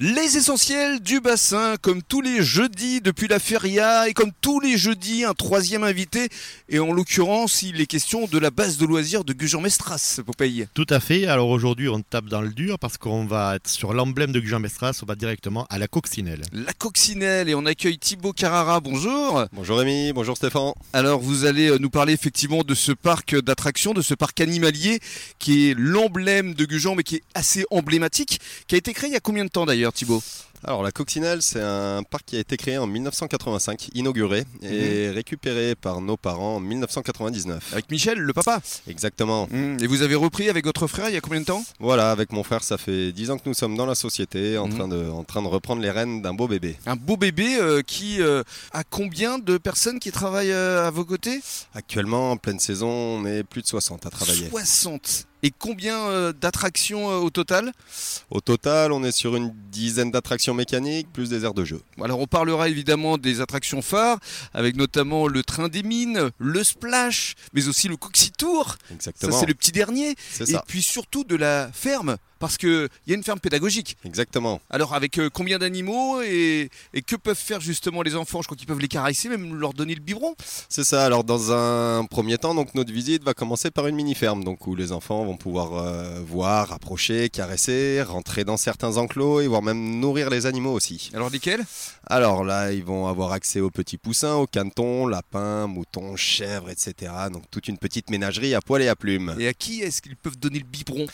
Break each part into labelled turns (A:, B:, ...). A: Les essentiels du bassin, comme tous les jeudis depuis la feria et comme tous les jeudis, un troisième invité. Et en l'occurrence, il est question de la base de loisirs de Gujan-Mestras, Popeye.
B: Tout à fait. Alors aujourd'hui, on tape dans le dur parce qu'on va être sur l'emblème de Gujan-Mestras. On va directement à la coccinelle.
A: La coccinelle, et on accueille Thibaut Carrara. Bonjour.
C: Bonjour Rémi, bonjour Stéphane.
A: Alors vous allez euh, nous parler effectivement de ce parc d'attractions, de ce parc animalier qui est l'emblème de Gujan, mais qui est assez emblématique, qui a été créé il y a combien de temps d'ailleurs, Thibaut
C: Alors la Coccinelle, c'est un parc qui a été créé en 1985, inauguré et
A: Mhm.
C: récupéré par nos parents en 1999.
A: Avec Michel, le papa.
C: Exactement.
A: Et vous avez repris avec votre frère il y a combien de temps
C: Voilà, avec mon frère, ça fait 10 ans que nous sommes dans la société, en,
A: Mhm.
C: train, de, en train de reprendre les rênes d'un beau bébé.
A: Un beau bébé euh, qui euh, a combien de personnes qui travaillent euh, à vos côtés
C: Actuellement, en pleine saison, on est plus de 60 à travailler.
A: 60. Et combien euh, d'attractions euh, au total
C: Au total, on est sur une dizaine d'attractions mécaniques, plus des aires de jeu.
A: Alors on parlera évidemment des attractions phares, avec notamment le train des mines, le splash, mais aussi le coxitour. Ça
C: Exactement.
A: c'est le petit dernier.
C: C'est
A: Et
C: ça.
A: puis surtout de la ferme, parce qu'il y a une ferme pédagogique.
C: Exactement.
A: Alors avec euh, combien d'animaux et, et que peuvent faire justement les enfants Je crois qu'ils peuvent les caresser, même leur donner le biberon.
C: C'est ça. Alors dans un premier temps, donc notre visite va commencer par une mini ferme, donc où les enfants vont pouvoir euh, voir, approcher, caresser, rentrer dans certains enclos et voire même nourrir les animaux aussi.
A: Alors lesquels
C: Alors là, ils vont avoir accès aux petits poussins, aux canetons, lapins, moutons, chèvres, etc. Donc toute une petite ménagerie à poils et à plumes.
A: Et à qui est-ce qu'ils peuvent donner le biberon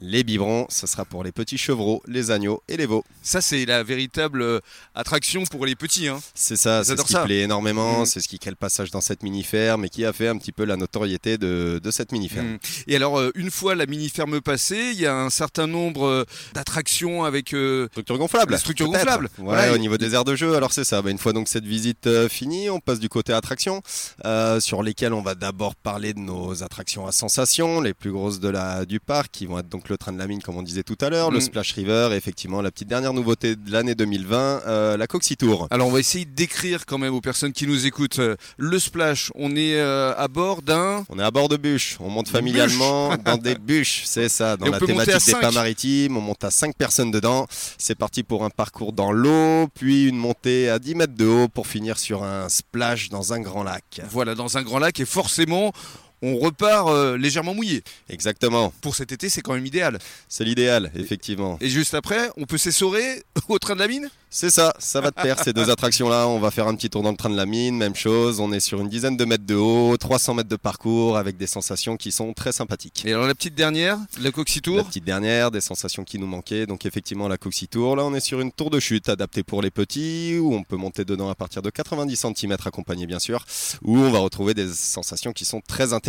C: Les biberons, ce sera pour les petits chevreaux, les agneaux et les veaux.
A: Ça c'est la véritable euh, attraction pour les petits. hein.
C: C'est ça, c'est ce
A: J'adore
C: qui
A: ça.
C: plaît énormément,
A: Mhm.
C: c'est ce qui crée le passage dans cette mini-ferme et qui a fait un petit peu la notoriété de, de cette mini-ferme.
A: Mm. Et alors, euh, une fois la mini-ferme passée, il y a un certain nombre euh, d'attractions avec... euh,
C: Structure gonflable.
A: Les structures
C: peut-être.
A: gonflables.
C: Ouais,
A: Voilà,
C: au
A: il-
C: niveau des aires de jeu, alors c'est ça. Bah, une fois donc cette visite euh, finie, on passe du côté attraction, euh, sur lesquelles on va d'abord parler de nos attractions à sensations, les plus grosses de la, du parc, qui vont être donc le train de la mine, comme on disait tout à l'heure,
A: Mm.
C: le Splash River, et effectivement la petite dernière nouveauté de l'année 2020, euh, la Coxitour.
A: Alors, on va essayer de décrire quand même aux personnes qui nous écoutent euh, le splash. On est euh, à bord d'un...
C: On est à bord de bûches, on monte
A: Des
C: familialement dans des bûches, c'est ça, dans
A: Et on
C: la
A: peut monter à
C: thématique des
A: cinq.
C: pas maritimes, on monte à 5 personnes dedans, c'est parti pour un parcours dans l'eau, puis une montée à 10 mètres de haut pour finir sur un splash dans un grand lac.
A: Voilà, dans un grand lac et forcément... On repart euh, légèrement mouillé.
C: Exactement,
A: Pour cet été, c'est quand même idéal.
C: c'est l'idéal, effectivement.
A: Et juste après, on peut s'essorer au train de la mine.
C: C'est ça, ça va te faire ces deux attractions-là, on va faire un petit tour dans le train de la mine, même chose, on est sur une dizaine de mètres de haut, 300 mètres de parcours, avec des sensations qui sont très sympathiques.
A: Et alors, la petite dernière, la
C: La
A: coxitour.
C: petite dernière, des sensations qui nous manquaient. Donc effectivement, la coxitour, là on est sur une tour de chute adaptée pour les petits, où on peut monter dedans à partir de 90 cm accompagné bien sûr, où on va retrouver des sensations qui sont très intéressantes.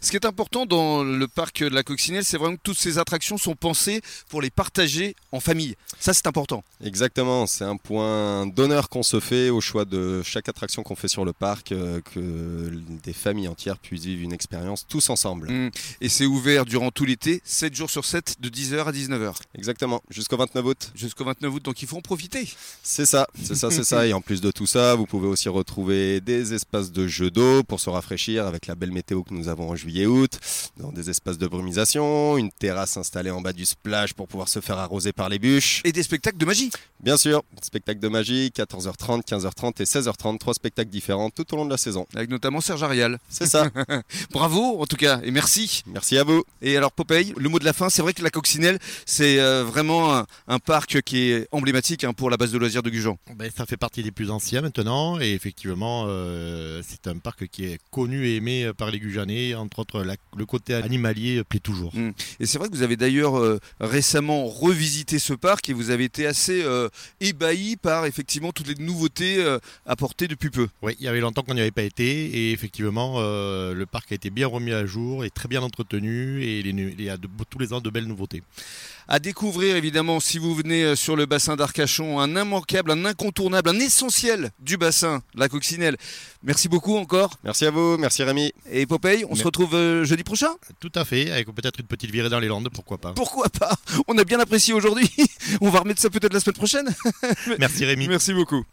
A: Ce qui est important dans le parc de la Coccinelle, c'est vraiment que toutes ces attractions sont pensées pour les partager en famille. Ça, c'est important.
C: Exactement, c'est un point d'honneur qu'on se fait au choix de chaque attraction qu'on fait sur le parc, euh, que des familles entières puissent vivre une expérience tous
A: Mm.
C: ensemble.
A: Et c'est ouvert durant tout l'été, 7 jours sur 7, de 10h à 19h.
C: Exactement, jusqu'au 29 août.
A: Jusqu'au 29 août, donc il faut en profiter.
C: C'est ça, c'est ça, c'est ça. Et en plus de tout ça, vous pouvez aussi retrouver des espaces de jeux d'eau pour se rafraîchir avec la belle météo que nous avons en juillet-août, dans des espaces de brumisation, une terrasse installée en bas du splash pour pouvoir se faire arroser par les bûches.
A: Et des spectacles de magie.
C: Bien sûr, spectacle de magie, 14h30, 15h30 et 16h30, trois spectacles différents tout au long de la saison.
A: Avec notamment Serge Arial.
C: C'est ça.
A: Bravo en tout cas, et merci.
C: Merci à vous.
A: Et alors Popeye, le mot de la fin, c'est vrai que la Coccinelle, c'est euh, vraiment un, un parc qui est emblématique hein, pour la base de loisirs de Gujan.
B: Ben, ça fait partie des plus anciens maintenant et effectivement euh, c'est un parc qui est connu et aimé par les Gujanais. Entre autres, la- le côté animalier plaît toujours.
A: Et c'est vrai que vous avez d'ailleurs euh, récemment revisité ce parc et vous avez été assez euh, ébahi par effectivement toutes les nouveautés euh, apportées depuis peu.
B: Oui, il y avait longtemps qu'on n'y avait pas été et effectivement euh, le parc a été bien remis à jour et très bien entretenu et il est nu- il y a de- tous les ans de belles nouveautés.
A: À découvrir évidemment si vous venez euh, sur le bassin d'Arcachon, un immanquable, un incontournable, un essentiel du bassin, la coccinelle. Merci beaucoup encore.
C: Merci à vous. Merci Rémi.
A: Et Popeye, on se
B: Mais-
A: retrouve euh, jeudi prochain
B: Tout à fait, avec peut-être une petite virée dans les Landes, pourquoi pas.
A: Pourquoi pas On a bien apprécié aujourd'hui. On va remettre ça peut-être la semaine prochaine.
B: Merci Rémi.
A: Merci beaucoup.